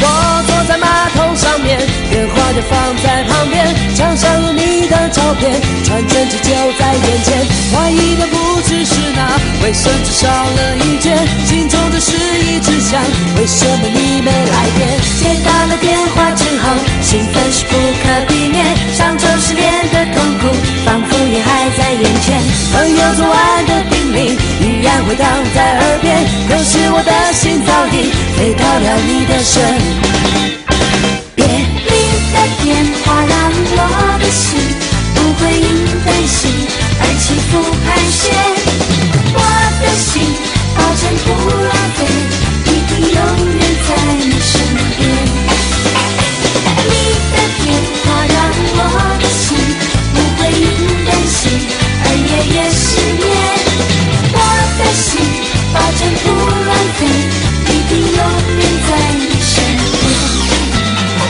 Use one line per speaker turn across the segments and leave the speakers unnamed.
我坐在马桶上面，电话就放在旁边，墙上有你的照片，传真机就在眼前。怀疑的不只是那卫生纸少了一卷，心中的事一直想，为什么你没来电？接到了电话之后，兴奋是不可避免，上周失恋的痛苦，仿佛也还在眼前。朋友昨晚的叮咛依然回荡在耳边，可是我的心早已飞到了你的身别你的电话让我的心不会因担心而起伏盘旋，我的心保证不浪费，一定永远在你身边。你的电话让我的心不会因担心而夜夜失眠，我的心保证不浪费，一定永远在你身边。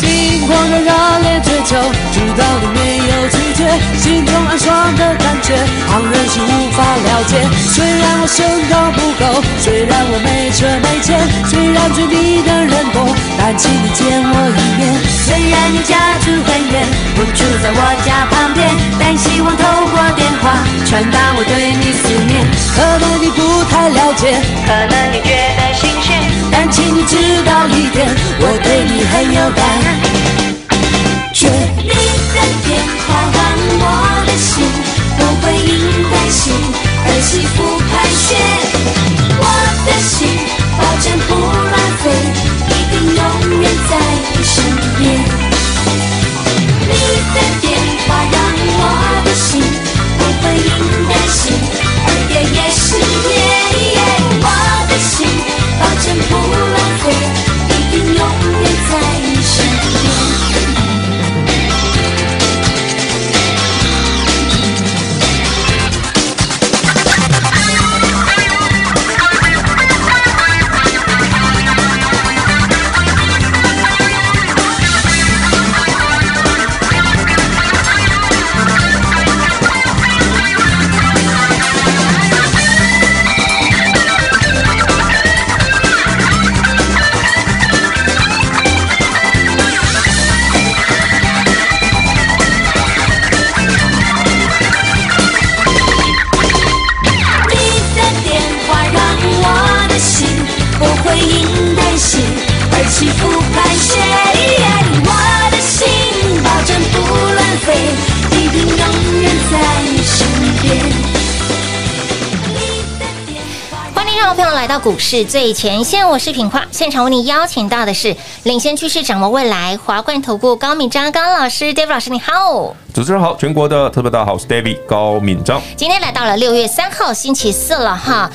惊慌的热烈追求，直到你没有拒绝，心中暗爽的感觉，旁人是无法了解。虽然我身高不够，虽然我没车没钱，虽然追你的人多，但请你见我一面。虽然你家住很远，不住在我家旁边，但希望透过电话传达我对你思念。可能你不太了解，可能你觉得新鲜，但请你知道一点，我对你很有感。却你的电话让我的心不会因担心而起伏盘旋，我的心保证不浪费，一定永远在你身边。你的电话让我的心不会因担心而夜夜失眠，我的心保证不浪费，一定永远在你身边。你的电话让我的心不会因担心而起伏盘旋，我的心保证不浪费，一定永远在你身边。
欢迎听众朋友来到股市最前线，我是品化。现场为你邀请到的是领先趋势、掌握未来华冠投顾高敏章高老师，David 老师，你好。
主持人好，全国的特别大家好，我是 David 高敏章。
今天来到了六月三号星期四了哈。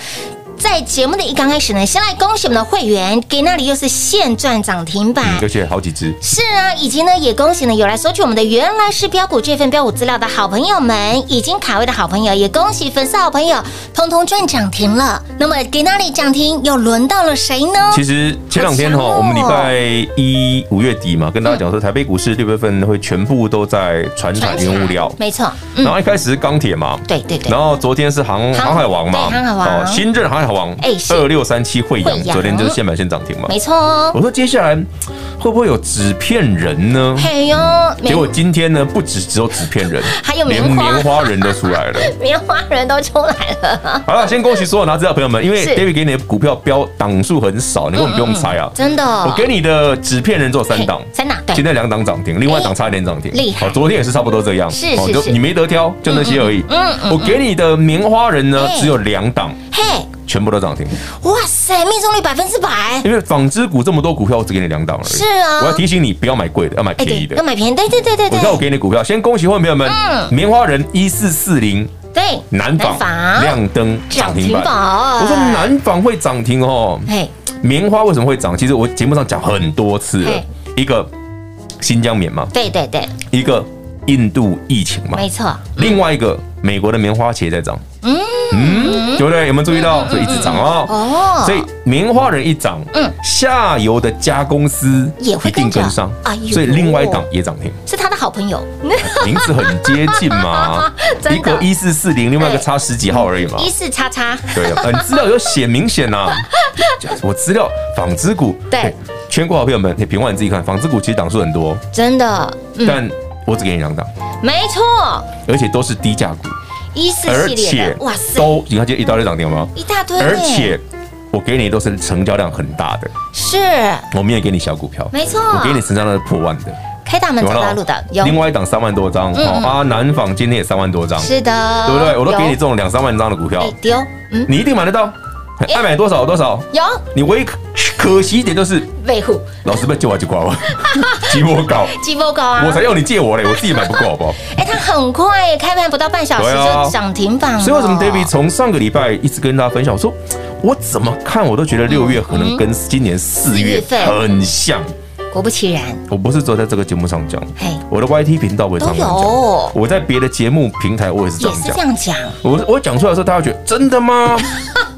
在节目的一刚开始呢，先来恭喜我们的会员，给那里又是现赚涨停板。
而且好几只，
是啊，以及呢，也恭喜呢有来索取我们的原来是标股这份标股资料的好朋友们，已经卡位的好朋友，也恭喜粉丝好朋友，通通赚涨停了。那么给那里涨停又轮到了谁呢？
其实前两天哈、
好强哦
我们礼拜一五月底嘛，跟大家讲说，台北股市六月份会全部都在船产原物料，
没错，嗯
然后一开始是钢铁嘛，
对对对
然，后昨天是航
航
航海王嘛，哦
对航海王
新任航海王，
哎是
二六三七惠
惠
阳，
阳
昨天就是现买现涨停嘛。
没错哦。
我说接下来会不会有纸片人呢？
嘿哟，
结
棉
果今天呢，不止只有纸片人，
还有棉
连
花
棉花人都出来了。
棉花人都出来 了，
好了，先恭喜所有拿资料的朋友们，因为
是嗯
David 给你的股票标档数很少，你根本不用猜啊。
真的。哦
我给你的纸片人只有三档
嘿，三档对
今天两档涨停，另外一档差一点涨停，
厉害
好昨天也是差不多这样，
是是
就是你没得挑，就那些而已。
嗯嗯嗯
我给你的棉花人呢
嘿，
只有两档，
嘿，
全部都涨停。
哇塞，命中率百分之百，
因为纺织股这么多股票，我只给你两档而已。
是啊
我要提醒你不要买贵的，要买
哎，
便宜
对，嗯
的
要。买便宜，对对对对
我知道我
对，
给你的股票，先恭喜会员朋友们，棉花人一四四零
对，
南纺亮灯涨
涨
停
停
板。
板，
我说南纺会涨停哦，
嘿，
棉花为什么会涨？其实我节目上讲很多次了
嘿，
一个新疆棉嘛，
对对对，
一个印度疫情嘛，
没错，
另外一个美国的棉花茄在涨，嗯，对不对？有没有注意到？所以一直涨哦。
哦，
所以棉花人一涨，
嗯
下游的加公司
也会
一定
跟着
跟上
哎，呦
所以另外一档也涨停，
是他的好朋友，，
名字很接近嘛
真的哎
一个一四四零，另外一个
对
差十几号而已嘛。
一四叉叉，
对啊，呃你资料有写明显 呐、我资料纺织股，
对
哎，全国好朋友们，你评话你自己看，纺织股其实档数很多，
真的，嗯，
但我只给你两档，
没错，
而且都是低价股，
一四
而
系列
且
的，哇塞，
都你看今天一刀就涨停了吗？
一大堆耶，
而且我给你都是成交量很大的，
是
我没有给你小股票，
没错
我给你成交量是破万的，
开大门走
有没有
大路的，有，
另外一档三万多张，
嗯
哦啊，南纺今天也三万多张，
是的，
对不对？我都给你
有
这种两三万张的股票
哎，丢，嗯，
你一定买得到，
哎
爱买多少多少，
有
你唯一可可惜一点就是。
维护
老师被借完 就挂了，哦急我搞，
g v o 高啊
我，才要你借 我嘞，我自己买不够好不好？
哎，它很快耶，开盘不到半小时
对啊
就涨停板了，
所以为什么 David 从上个礼拜一直跟大家分享，我说我怎么看我都觉得六月可能跟今年四月
嗯四月份
很像。
果不其然，
我不是只有在这个节目上讲
嘿，
我的 YT 频道我也常常
都
讲
有，
我在别的节目平台我也是这
也
样
是
讲
这。样讲。
我我讲出来的时候，大家觉得真的 吗？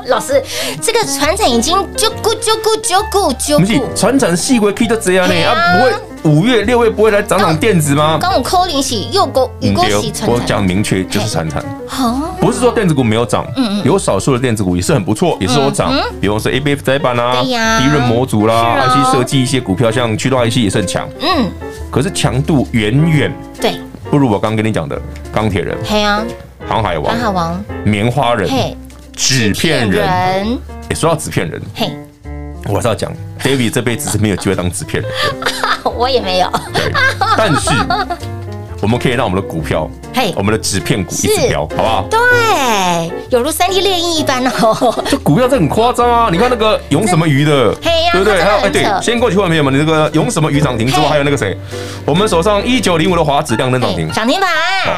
老师，这个船长已经啾咕啾咕啾咕啾
不是
咕，
船长细微 K 就这样呢
嘿，啊
啊不会五月六月不会来涨涨电子吗？嗯哦
刚我扣零洗又勾又勾洗船
我
长，
讲明确就是船产。
好
不是说电子股没有涨，
嗯
有少数的电子股也是很不错，也是有涨，比方说 A B F 载板啦、
对呀
低润模组啦、
是哦
IC 设计一些股票，像驱动 IC 也是很强，
嗯，
可是强度远远
对，
不如我刚跟你讲的钢铁人、
嘿啊，
航海王
蓝、海王，
棉花人、
嘿，
呃纸片人。
人，
诶说到纸片人，
嘿，
我还是要讲，David 这辈子是没有机会当纸 片人的，
我也没有，
对。但是我们可以让我们的股票，
嘿
我们的纸片股一
是
直飙，好不好？
对，有如三 D 猎鹰一般哦，
这股票这很夸张啊！你看那个永什么鱼的，
嘿呀
对不
它真
对？
的
还有哎，
很
对
扯，
先过去后面嘛，你那个永什么鱼涨停之
嘿
外，还有那个谁，我们手上一九零五的华指亮灯涨停
嘿，涨停板。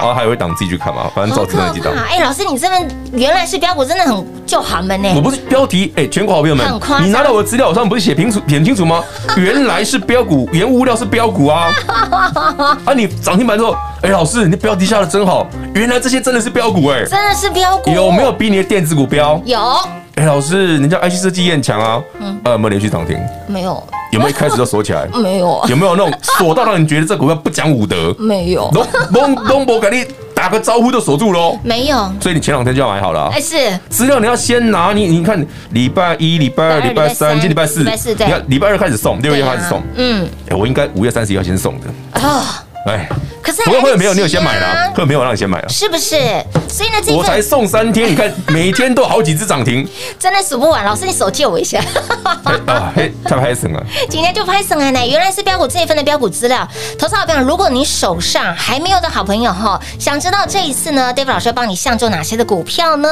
哦啊，还有一档自己去看嘛，反正
好
照着
可
那几档。
怕！哎，老师，你这边原来是标股，真的很就寒门呢。
我不是标题，哎，全国好朋友们
很夸，张
你拿到我的资料我上不是写清楚、写清楚吗？原来是标股，原物料是标股 啊！啊，你涨停板之后，哎，老师，你标题下的真好，原来这些真的是标股哎，
真的是标股，
有没有？比你的电子股标？
有
哎，老师，人家 IC 设计也很强啊，
嗯
呃，有没有连续涨停？
没有？
有没有一开始就锁起来？
没 有，？
有没有那种锁到让你觉得这股票不讲武德
没有，
龙龙龙博给你打个招呼就锁住喽，
没有。
所以你前两天就要买好了啊、
哎，是
资料你要先拿，你你看礼拜一、礼拜二、
礼
礼
拜二
拜三，今天礼拜四，
礼拜四对
你看礼拜二开始送，六月
对啊
开始送。
嗯
哎，我应该五月三十一号先送的。
啊，
哎，
可是
不过会有没有？你有
来得及
先买
啊
了，会有没有让你先买了？
是不是？所以呢，这
我才
个
送三天，你看每天都好几只涨停，
真的数不完。老师，你手借我一下，
哎啊嘿，太拍省了。
今天就拍上来呢。原来是标股这一份的标股资料。投资好朋友，如果你手上还没有的好朋友哈，想知道这一次呢，David 老师帮你相中哪些的股票呢？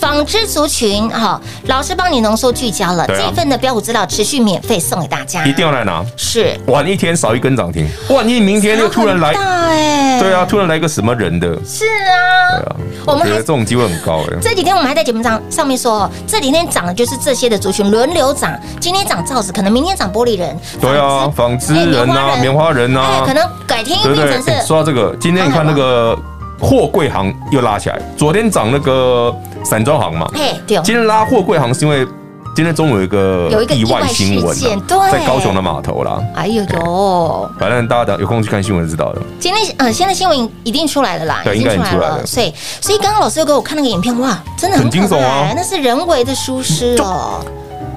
纺织族群哈，老师帮你浓缩聚焦了、
对啊
这一份的标股资料，持续免费送给大家。
一定要来拿，
是
晚一天少一根涨停，万一明天又突然来
差很，大哎、
对啊，，突然来个什么人的，
是啊，
对啊，
我
我
们
觉
还
得这种机会很高哎、
这几天我们还在节目上上面说，哦，这几天涨的就是这些的族群轮流涨，今天涨造纸，可能明天涨玻璃人，
对啊，纺织人呐、
哎
棉
棉
花人
哎，
呐
可，能改天
对
又
不
变
对
成？
哎
是
说到这个，今天你看那个
哎
货柜行又拉起来，昨天涨那个散装行嘛，
哎，对哦，
今天拉货柜行是因为今天中午有一个
有一个
意
意
外
外
新闻
事件
啊、
对
在高雄的码头啦。
哎呦呦，
反正大家等有空去看新闻就知道了。
今天呃，现在新闻一定出来了啦，
对应该已经出来了
所以所以刚刚老师又给我看那个影片，哇，真的很
很惊
可
悚啊
爱，那是人为的疏失哦，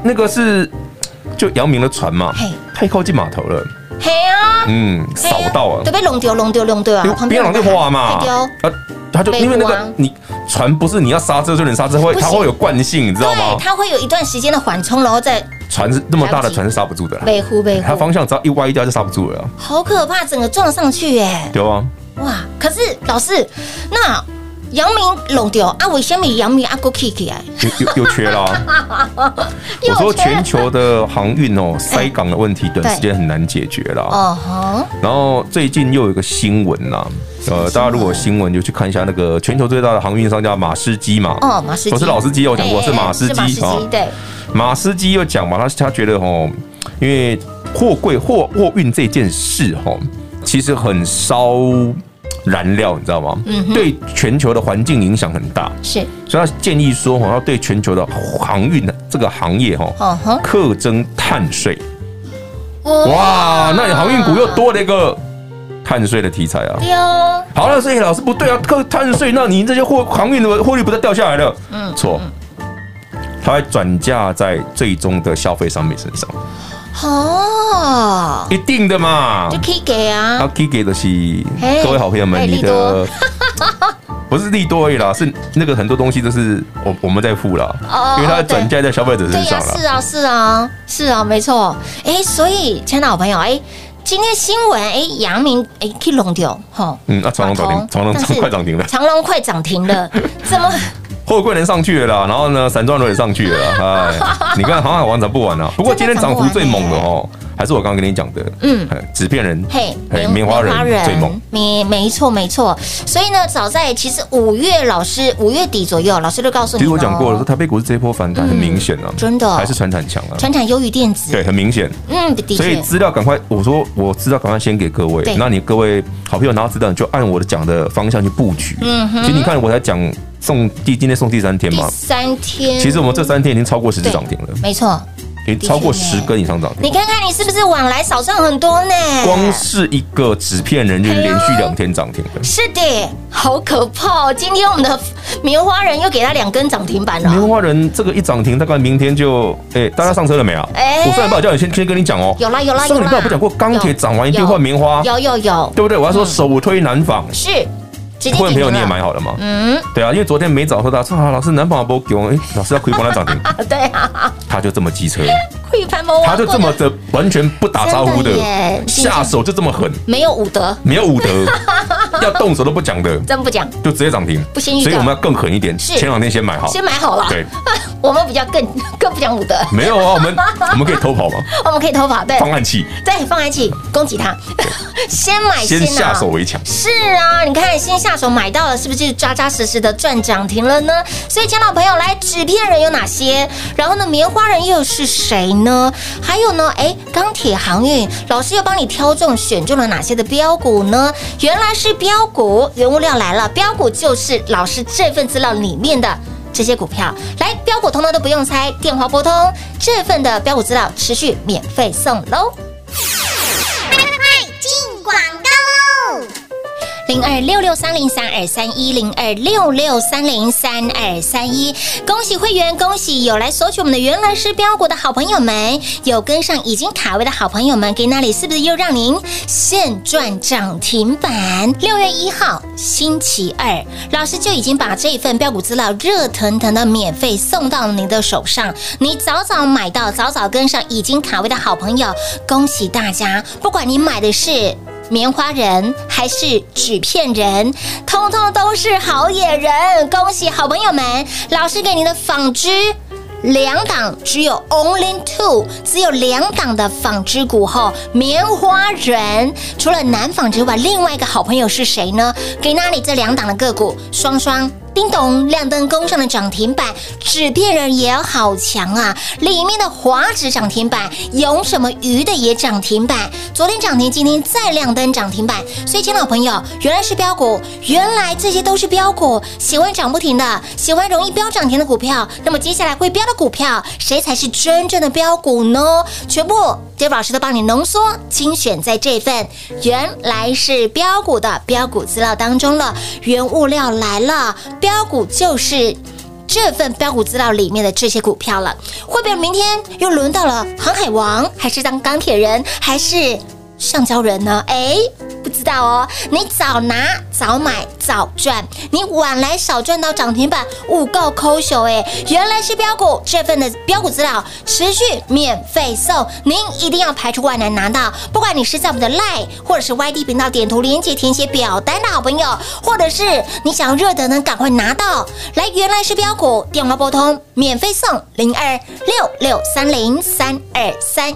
那个是就阳明的船嘛
嘿，
太靠近码头了，
嘿啊，
嗯，
嘿啊
扫到啊
都，被弄丢弄丢弄丢啊，旁
边
边
往那
有
划嘛
海丢，
啊，他就
被
因为那
划
个你船不是你要刹车就能刹车，会
不行
它会有惯性，你知道吗
对，？它会有一段时间的缓冲，然后再
船是那么大
来
的
不及
船是刹不住的啦，
被呼被
它
呼，
方向只要一歪掉就刹不住了啊，
好可怕，整个撞上去耶。
对吧？
哇！可是老师，那阳明弄掉啊，为什么阳明啊个起起来？
有有有缺啦、我
又
说
缺哎
全球的航 运哦，塞港的问题短时间很难解决啦。
哦吼，
然后最近又有一个新闻呐、呃，大家如果有新闻就去看一下那个全球最大的航运商叫马士基嘛。
哦马士基
不是老司机，我讲过
哎
是马士
是马士
基啊
基，。对，
马斯基又讲嘛，他他觉得哦，因为货柜货货运这件事哦，其实很烧燃料，你知道吗？对全球的环境影响很大，
是，
所以他建议说哦，要对全球的航运这个行业哦，
哦吼，
课征碳税。哇，那你航运股又多了一个碳税的题材啊！
对哦，
好了，所以老师不对啊，课碳税，那你这些货航运的获利不是掉下来了？嗯，错，它会转嫁在最终的消费商品身上，
哦，
一定的嘛
就。可以给
那
啊，
key 给的是
嘿
各位好朋友
嘿
们，你
利多
的 不是利多而已啦，是那个很多东西都是我我们在付啦
哦，
因为它转嫁在消费者身
对呀、
上
是
啦。
啊，是啊，是啊，没错。哎，所以，亲爱的好朋友，哎，今天新闻，哎，阳明，哎，去弄掉，吼，
嗯，那长隆涨停，
头
长隆
但是
快涨停了，
长隆快涨停了，怎么？
货柜能上去了啦，然后呢，散装轮也上去了 啦，哎，你看航海王涨不完啊。不过今天涨幅最猛的哦，还是我刚刚跟你讲的，
嗯
哎，纸片人，
嘿，
哎棉花人最猛，，
没没错没错。所以呢，早在其实五月老师五月底左右，老师就告诉你
其实
了
我
哦，
讲过了，说台北股市这一波反弹很明显啊，
嗯真的
还是船产强啊，
全产优于电子，
对，很明显。
嗯，的
所以
确，
资料赶快，我说我资料赶快先给各位
对，
那你各位好朋友拿到资料，你就按我的讲的方向去布局。
嗯哼
其实你看我才讲送第今天送第三天
第
嘛，
三天，
其实我们这三天已经超过十只
对
涨停了，
没错，
已经超过
的确
十
耶
根以上涨停。
你看看你是不是往来少赚很多呢？
光是一个纸片人就
哎呦
连续两天涨停了。
是的，好可怕哦！今天我们的棉花人又给他两根涨停板
棉
了。
花人这个一涨停，大概明天就哎、大家上车了没啊？
哎
我上礼拜有叫你先先跟你讲哦，
有啦有啦有啦！
上礼拜我不讲过钢铁涨完一定换棉花，
有有有，
对不对？我还说手推南纺，
是直接
会员朋友你也
买？
买好了吗？
嗯，
对啊，因为昨天没涨，说他说啊，老师南纺不给我，哎，老师要亏光他涨停，
啊对啊，
他就这么机车，
会盘魔王
他就这么的完全不打招呼的
真的耶，
下手就这么狠，
没有武德，
没有武德，要动手都不讲的，
真不讲，
就直接涨停，
不先预告
所以我们要更狠一点，
是
前两天先买好，
先买好了。
对，
我们比较更更不讲武德，
没有啊，我们 我们可以偷跑吗？
我们可以投法对
方案器，
对，放在一起攻击他， 哎先买
先
拿
下手为强。
是啊，你看先下手买到了，是不是就扎扎实实的赚涨停了呢？所以，亲老朋友，来纸片人有哪些？然后呢，棉花人又是谁呢？还有呢，哎，钢铁航运老师又帮你挑中选中了哪些的标股呢？原来是标股，原物料来了，标股就是老师这份资料里面的。这些股票，来标股通通都不用猜，电话拨通，这份的标股资料持续免费送喽。零二六六三零三二三一零二六六三零三二三一。恭喜会员，恭喜有来索取我们的原来是标股的好朋友们，有跟上已经卡位的好朋友们，给那里是不是又让您现赚涨停板？六月一号星期二，老师就已经把这一份标股资料热腾腾的免费送到您的手上，你早早买到，早早跟上已经卡位的好朋友，恭喜大家！不管你买的是。棉花人还是纸片人，通通都是好野人。恭喜好朋友们，老师给您的纺织。两档只有 only two，只有两档的纺织股后，棉花人除了南纺之外，另外一个好朋友是谁呢？给那里这两档的个股双双叮咚亮灯攻上了涨停板，纸片人也好强啊！里面的华指涨停板，有什么鱼的也涨停板，昨天涨停，今天再亮灯涨停板。所以，亲老朋友，原来是标股，原来这些都是标股。喜欢涨不停的，喜欢容易飙涨停的股票，那么接下来会标的股票，谁才是真正的标股呢？全部 d a 老师都帮你浓缩精选在这份原来是标股的标股资料当中了。原物料来了，标股就是。这份标股资料里面的这些股票了。会不会明天又轮到了航海王，还是当钢铁人，还是橡胶人呢？哎，不知道哦。你早拿早买早赚，你晚来少赚到涨停板，勿够抠手哎。原来是标股这份的标股资料持续免费送，您一定要排除万难拿到。不管你是在我们的 Line 或者是 YD 频道点图连接填写表单的好朋友，或者是你想热的呢，赶快拿到。来，原来是标股，电话拨通，免费送零二六六三零三二三一。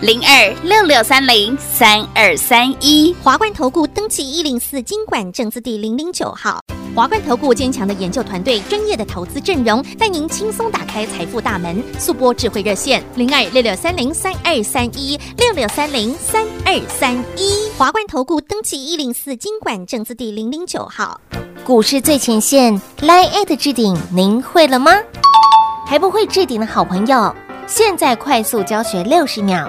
零二六六三零三二三一。
华冠投顾登记一零四经管证字第零零九号。华冠投顾坚强的研究团队，专业的投资阵容，带您轻松打开财富大门。速播智慧热线零二六六三零三二三一六六三零三二三一。华冠投顾登记一零四经管证字第零零九号。
股市最前线 Line at 置顶，您会了吗？还不会置顶的好朋友，现在快速教学六十秒。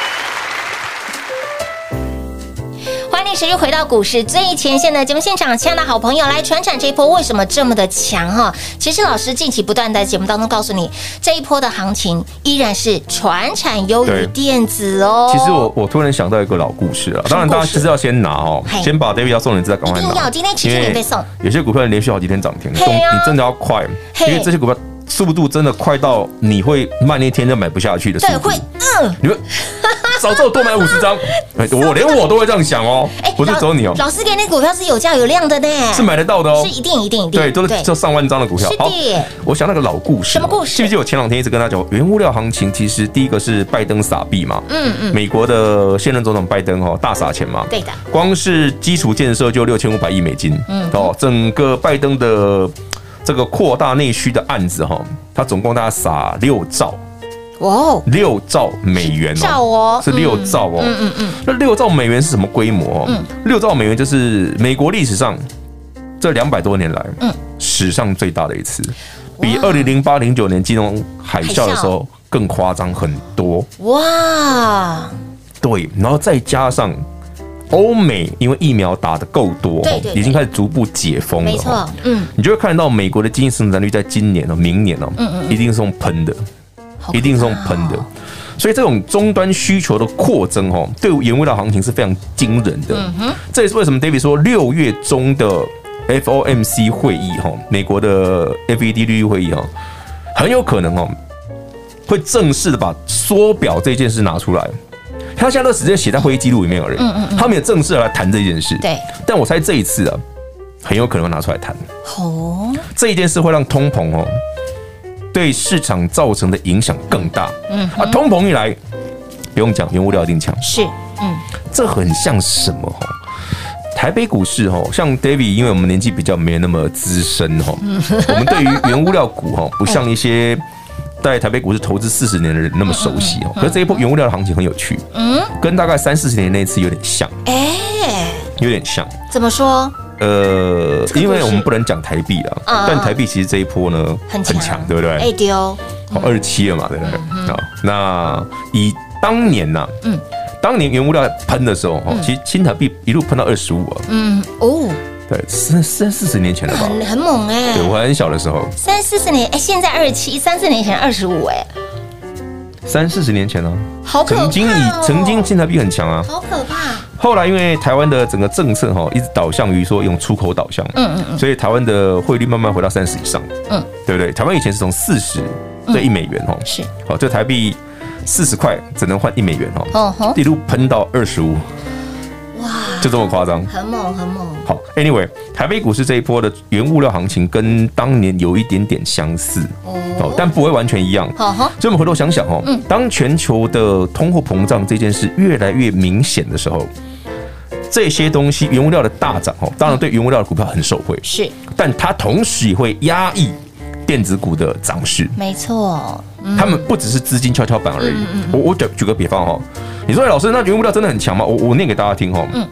欢迎持续回到股市最前线的节目现场，亲爱的好朋友，来船产这一波为什么这么的强哈？其实老师近期不断在节目当中告诉你，这一波的行情依然是船产优于
对
电子哦。
其实我我突然想到一个老故事啊，当然大家就是要先拿哦
嘿，
先把 David 要送人知道赶快
一定要
拿，
今天起就免费送。
有些股票连续好几天涨停，你
嘿呀
你真的要快，
嘿
因为这些股票速度真的快到你会慢一天就买不下去的速
对
度。
会嗯，
你们早知道多买五 十张，哎我连我都会这样想哦，不是
哎老
只有你哦，
老师给你股票是有价有量的呢，
是买得到的哦
是。一定一定一定，
对，都是就上万张的股票
是。的
好，我想那个老故事，
什
哦
么故事
记不记得我前两天一直跟大家讲，原物料行情其实第一个是拜登撒币嘛，
嗯嗯，
美国的现任总统拜登哦大撒钱嘛，
对的，
光是基础建设就六千五百亿美金，嗯，哦，整个拜登的这个扩大内需的案子哈，他总共大概撒六兆。
哇哦，
六兆美元哦，
兆哦
是六兆哦，嗯嗯嗯。那六兆美元是什么规模？哦？六兆美元就是美国历史上这两百多年来，嗯，史上最大的一次，比二零零八零九年金融海啸的时候更夸张很多。
哇，
对，然后再加上。欧美因为疫苗打得够多哦，
对对对
已经开始逐步解封了。哦
没错，，嗯，
你就会看到美国的经济生产率在今年哦、明年哦、一定是用喷的，一定是用喷的。所以这种终端需求的扩增哦，对原物料行情是非常惊人的。
嗯
这也是为什么 David 说六月中的 FOMC 会议哈，美国的 FED 利率会议哈，很有可能哦，会正式的把缩表这件事拿出来。他现在都直接写在会议记录里面而已，他没有正式地来谈这件事。
嗯对，
但我猜这一次啊，很有可能会拿出来谈。
哦，
这一件事会让通膨哦对市场造成的影响更大。嗯啊，通膨一来，不用讲，原物料一定强。
是，嗯
这很像什么哦？台北股市哦，像 David，因为我们年纪比较没那么资深 哦，我们对于原物料股哦，不
嗯
像一些在台北股市投资四十年的人那么熟悉
嗯
哦。可是这一波原物料的行情很有趣，嗯，跟大概三四十年那一次有点像，
哎，
有点像。
怎么说？
呃，
个
因为
就是
我们不能讲台币了，
嗯
但台币其实这一波呢
很强
对不对？
哎丢，
二十七了嘛，对不
嗯
对？好，那以当年呐，嗯，当年原物料喷的时候，哦，其实新台币一路喷到二十五啊，
嗯，哦，
对，三三四十年前了吧？
很很猛哎
对，，我很小的时候，
三四十年，哎，现在二十七，三四年前二十五，哎，
三四十年前呢，
好可怕
曾经以
哦嗯
曾经新台币很强啊，
好可怕，
后来因为台湾的整个政策哦哈，一直导向于说用出口导向，
嗯嗯嗯，
所以台湾的汇率慢慢回到三十以上，
嗯，
对不对？台湾以前是从四十对一美元哦，
是，
好，这台币四十块只能换一美元哦，
哦吼，
一路喷到二十五，
哇，
就这么夸张。
很猛很猛，
好，Anyway，台北股市这一波的原物料行情跟当年有一点点相似哦，但不会完全一样。
哦吼，
所以我们回头想想哦，当全球的通货膨胀这件事越来越明显的时候，这些东西原物料的大涨哦，当然对原物料的股票很受惠，
是
但它同时也会压抑电子股的涨势。
没错，嗯
他们不只是资金跷跷板而已。我我举举个比方哈、哦，你说哎老师，那原物料真的很强吗？我我念给大家听哈、哦。
嗯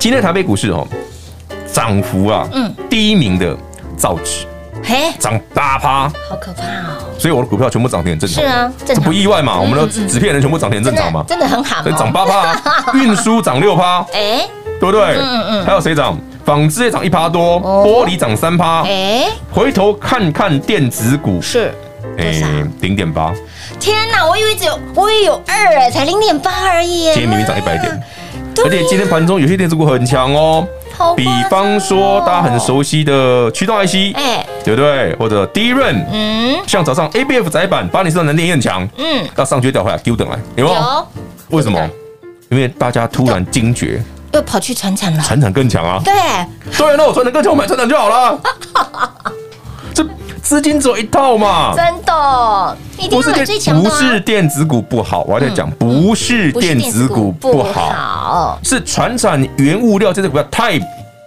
今天台北股市哦，涨幅啊，
嗯
第一名的造纸
嘿，
涨八趴，
好可怕哦，
所以我的股票全部涨停很正常。
是啊正常嗯
这不意外嘛？我们的纸片人全部涨停很正常嘛？
真的很好
所以涨
哦，
八趴啊，运输涨六趴，
哎
对不对？
嗯嗯
还有谁涨？纺织也涨一趴多，
哦
玻璃涨三趴。
哎，
回头看看电子股，哎
是。啊多少？
零点八，
天哪，我以为只有，我以为有二哎，才零点八而已。
今天明明涨一百点。
对呀，
而且今天盘中有些电子股很强哦，
好夸
比
张哦
方说大家很熟悉的驱动 IC，
哎，
对不对？或者低润，
嗯
像早上 ABF 窄板，八零四的能力也很强，
嗯，
那上去掉回来丢等来，有没有？
有
为什么？因为大家突然惊觉，
又跑去传产了。
船厂更强啊！
对，
对，那我船厂更强，我买船厂就好 了。这资金只有一套嘛，
真的，你一定
不
要
是
买最强的
电不
啊。嗯
是电子股不好，我还在讲，不是
不是
电子股不好，
好，
是船产原物料这些股票太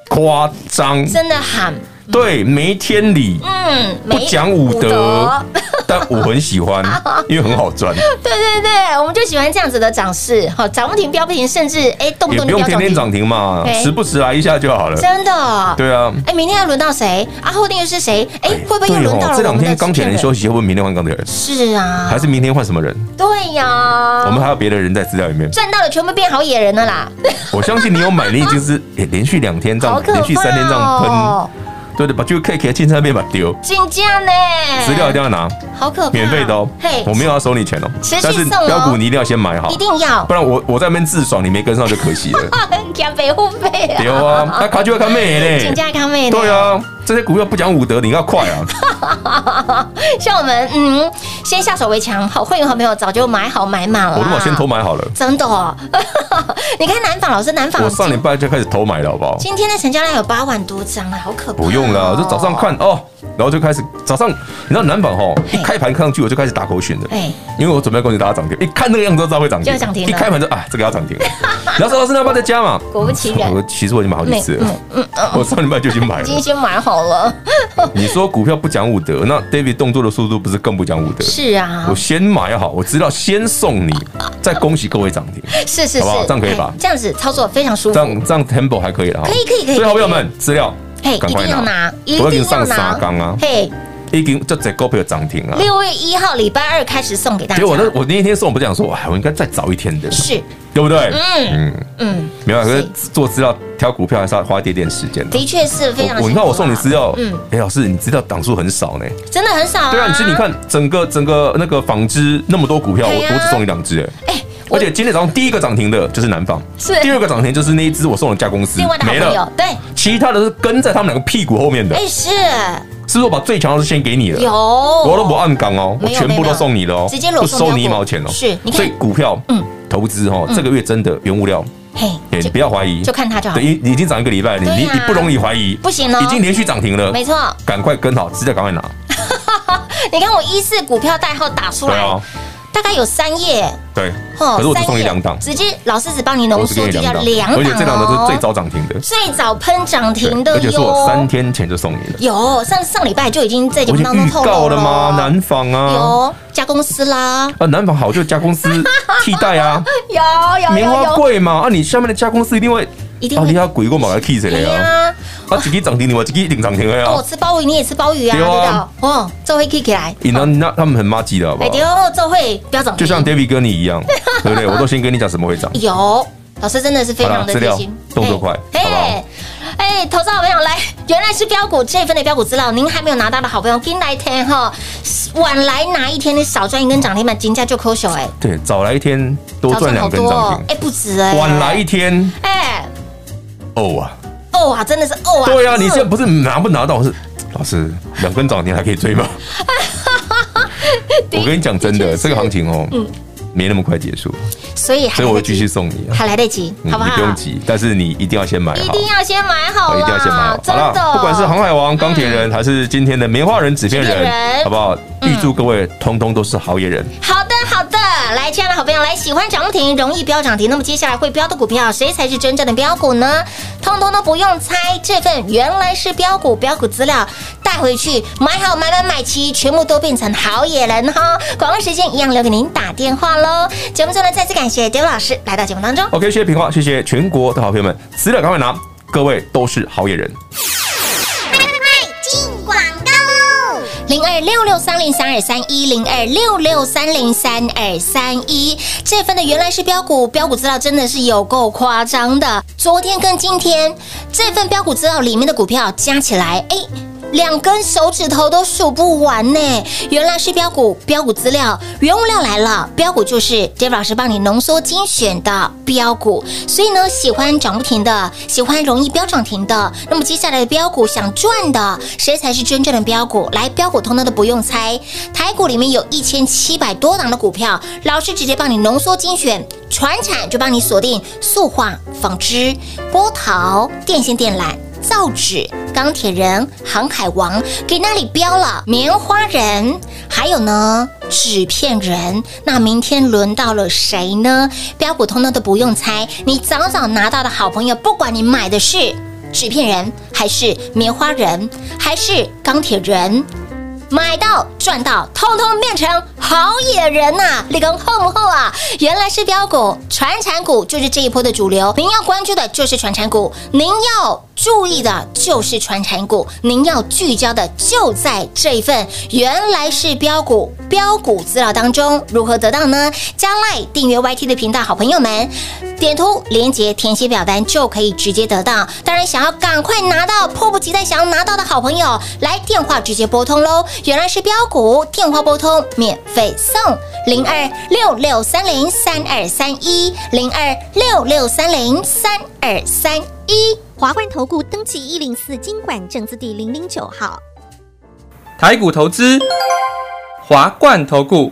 夸张，
真的很
对，没天理，
嗯，
不
没
讲武德， 但我很 喜欢，因为很好赚，
对对对，我们就喜欢这样子的涨势，好，涨不停，飙不停，甚至哎，动不
也
动
不
就
用
飙
天
涨停，
天涨停嘛，
对
时不时来一下就好了。
真的。
对啊，
哎，明天要轮到谁啊？后天又是谁？哎，会不会又
对哦
轮到了
这两
我们的
天钢铁人
制片
休息，会不会明天换钢铁人？
是啊，
还是明天换什么人？
对呀，
我们还有别的人在资料里面。
赚到了，全部变好野人了啦，
我相信你有买，你已经是 诶连续两天这
好
样，
可
连续三天
怕
这样
哦！
喷，对对，把 Q K K 青菜面把丢，
竞价呢？
资料一定要拿，
哎好可怕，
免费的哦
嘿，，
我没有要收你钱哦
持续，
但是
送哦
标股你一定要先买好
一，定要
不然我我在那边自爽，你没跟上就可惜了。
减肥护费啊，
有 啊，那卡就要看妹
竞
嘞。
价康妹呢
对啊，这些股票不讲武德，你要快 啊！
像我们嗯，先下手为强，好，会员好朋友早就买好买满了啦。
我如果先投买好了，
真的哦， 你看南纺老师，南纺
我上礼拜就开始投买了，好不 好？
今天的成交量有八万多张啊，好可怕、
不用了，我就早上，看哦，然后就开始早上，你知道南纺吼
嘿
一开盘看上去我就开始打狗血的，
哎，
因为我准备要恭喜大家涨停，一看那个样子就知道会涨
就涨停
停，
了
一开盘就啊这个要涨 停了，然后说老师那要不要再加嘛？
果不其然嗯
我其实我已经买好几次了，我上礼拜就已经买
已
了。
经先买好了。
你说股票不讲武德，那 David 动作的速度不是更不讲武德？
是啊
我，先买好，我知道先送你，再恭喜各位涨停。
是是是，
好不好这样可以吧
哎这样子操作非常舒服
这。样这样 tempo 还可以了哈。
可以可以可以
所以好朋友们，资料
嘿，
赶
一
快
定要拿，一
我已
定
经
要
上沙
拿。
缸啊，
嘿，
已经就这股票涨停啊。
六月一号礼拜二开始送给大家。
结果那我那一天送我不是讲说，哎，我应该再早一天的，
是，
对不对？
嗯
嗯，
嗯，
没有，可是
是
做资料挑股票还是要花一点点时间的。啊
的确是非常
我我
辛苦啊
你看我送你资料，
嗯
嗯，哎，老师，你资料档数很少呢。
真的很少啊。
对啊，你其实你，看整个整个那个纺织那么多股票，我
对啊
我只送你两只哎。
哎，我
而且今天早上第一个涨停的就是南方，
是
第二个涨停就是那一只我送的加公司，
另外的好
嗯没
朋
了
友，，对，
其他的是跟在他们两个屁股后面的，
哎是
是不是我把最强的是先给你了？
有，
啊我
我
都不按岗哦，我
没有
全部
没有
都送你了哦，
直接裸
不
送标
收你一
股
毛钱哦。
是你看
所以股票，
嗯
嗯，投资哦，这个月真的原物料，
嘿，
哎，你
就
不要怀疑，
就看它就好
对，，已已经涨一个礼拜了，你你
对啊
你不容易怀疑，
不行哦
已经连续涨停了，
没，错。
赶快跟好，资料赶快拿，
你看我一四股票代号打出
对
来
啊，，
大概有三页，
对，
哦
可是我只
三
送你
页
两档，
直接老师只帮你
我
浓
只给
缩，
你
就
两
叫两档哦，
档，而且这两档都是最早涨停的，
最早喷涨停的
而且是我
哟
三天前就送你了，
有上上礼拜就已经在节
我
目
已
当
经
中
预
透
告
露
了吗？南纺啊，
有加公司啦，
啊，南纺好就加公司 替代啊，
有有
棉
有
花
有，
贵嘛，啊，你下面的加公司一定会，
一定
啊，你
会哎
要 鬼过马来 K 谁啊？
呀。
啊，自己涨停，你嘛自己顶涨停的
哦，我
呀。
吃鲍鱼，你也吃鲍鱼啊，对
对
吧
啊？
哦，这会 kick 起来，
你那那他们很垃圾的好不
哎
好？
丢，这会不要涨停，
就像 David 跟你 一样，对不
哎
对？我都先跟你讲什么会涨。
有老师真的是非
好
常
了，
的
资
贴
料
心，
动作快，
嘿
好不好？
嘿哎，投资好朋友来，原来是标股这份的标股资料，您还没有拿到的好朋友，跟来天哈，晚来哪一天你少赚一根涨停板，金价就扣手哎，
对，早来一天多
少
赚两根涨停，
哎，不止哎，
晚来一天
哎，
哦啊，
哦啊，真的是哦啊，
对啊，
嗯
你现在不是拿不拿到是老师两根涨停还可以 追吗？我跟你讲真
的确
的，
是嗯
这个行情哦，没那么快结束，
所以还
所以我会
来得及
继续送你啊，
还来得及，
嗯
好不
你
好？
不用急，但是你一定要先买
一
好。
定要先买好
好，
啦，
一定要先买好。
真
好
的，嗯
啦，不管是航海王、钢铁人，还是今天的棉花人、纸片
纸片人嗯
人，好不好？预祝各位通通都是好野人。
好的，好的，来，亲爱的好朋友，来喜欢涨不停，容易飙涨停。那么接下来会飙的股票，谁才是真正的标股呢？通通都不用猜，这份原来是标股，标股资料带回去买好，买买买齐，全部都变成好野人哈、广告时间一样留给您打电话喽。节目最后呢，再次感谢 d a 老师来到节目当中。
OK，谢谢平话，谢谢全国的好朋友们，资料赶快拿，各位都是好野人。
进广告喽！
零二六六三零三二三一零二六六三零三二三一。这份的原来是标股，标股资料真的是有够夸张的。昨天跟今天这份标股资料里面的股票加起来，哎。两根手指头都数不完呢！原来是标股，标股资料，原物料来了，标股就是 Dave 老师帮你浓缩精选的标股。所以呢，喜欢涨不停的，喜欢容易飙涨停的，那么接下来的标股想赚的，谁才是真正的标股？来，标股通通都不用猜，台股里面有一千七百多档的股票，老师直接帮你浓缩精选。船产就帮你锁定塑化、纺织、波涛、电线电缆、造纸、钢铁人、航海王，给那里标了棉花人，还有呢纸片人。那明天轮到了谁呢？标股通通都不用猜，你早早拿到的好朋友，不管你买的是纸片人，还是棉花人，还是钢铁人。买到赚到，通通变成好野人呐、立功厚不厚啊？原来是标股，传产股就是这一波的主流。您要关注的就是传产股，您要注意的就是传产股，您要聚焦的就在这一份原来是标股标股资料当中。如何得到呢？加赖订阅 YT 的频道，好朋友们。点图连接填写表单就可以直接得到。当然，想要赶快拿到、迫不及待想要拿到的好朋友，来电话直接拨通喽。原来是标股，电话拨通免费送零二六六三零三二三一零二六六三零三二三一。
华冠投顾登记一零四经管证字第零零九号。
台股投资，华冠投顾。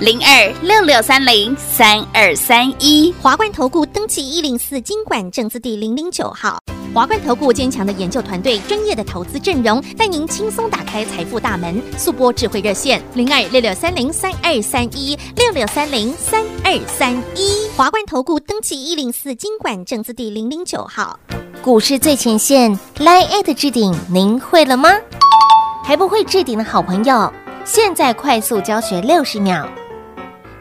零二六六三零三二三一。
华冠投顾登记一零四经管证字第零零九号。华冠投顾坚强的研究团队，专业的投资阵容，带您轻松打开财富大门。速播智慧热线零二六六三零三二三一六六三零三二三一。华冠投顾登记一零四经管证字第零零九号。
股市最前线 Line at 置顶，您会了吗？还不会置顶的好朋友，现在快速教学六十秒。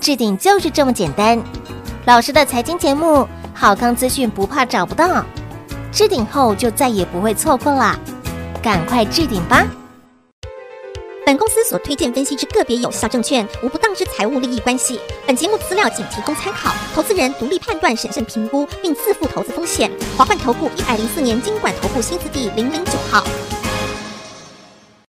置顶就是这么简单。老师的财经节目，好康资讯不怕找不到，置顶后就再也不会错过啦，赶快置顶吧！
本公司所推荐分析之个别有效证券，无不当之财务利益关系。本节目资料仅提供参考，投资人独立判断、审慎评估，并自负投资风险。华冠投顾一百零四年经管投顾新字第零零九号。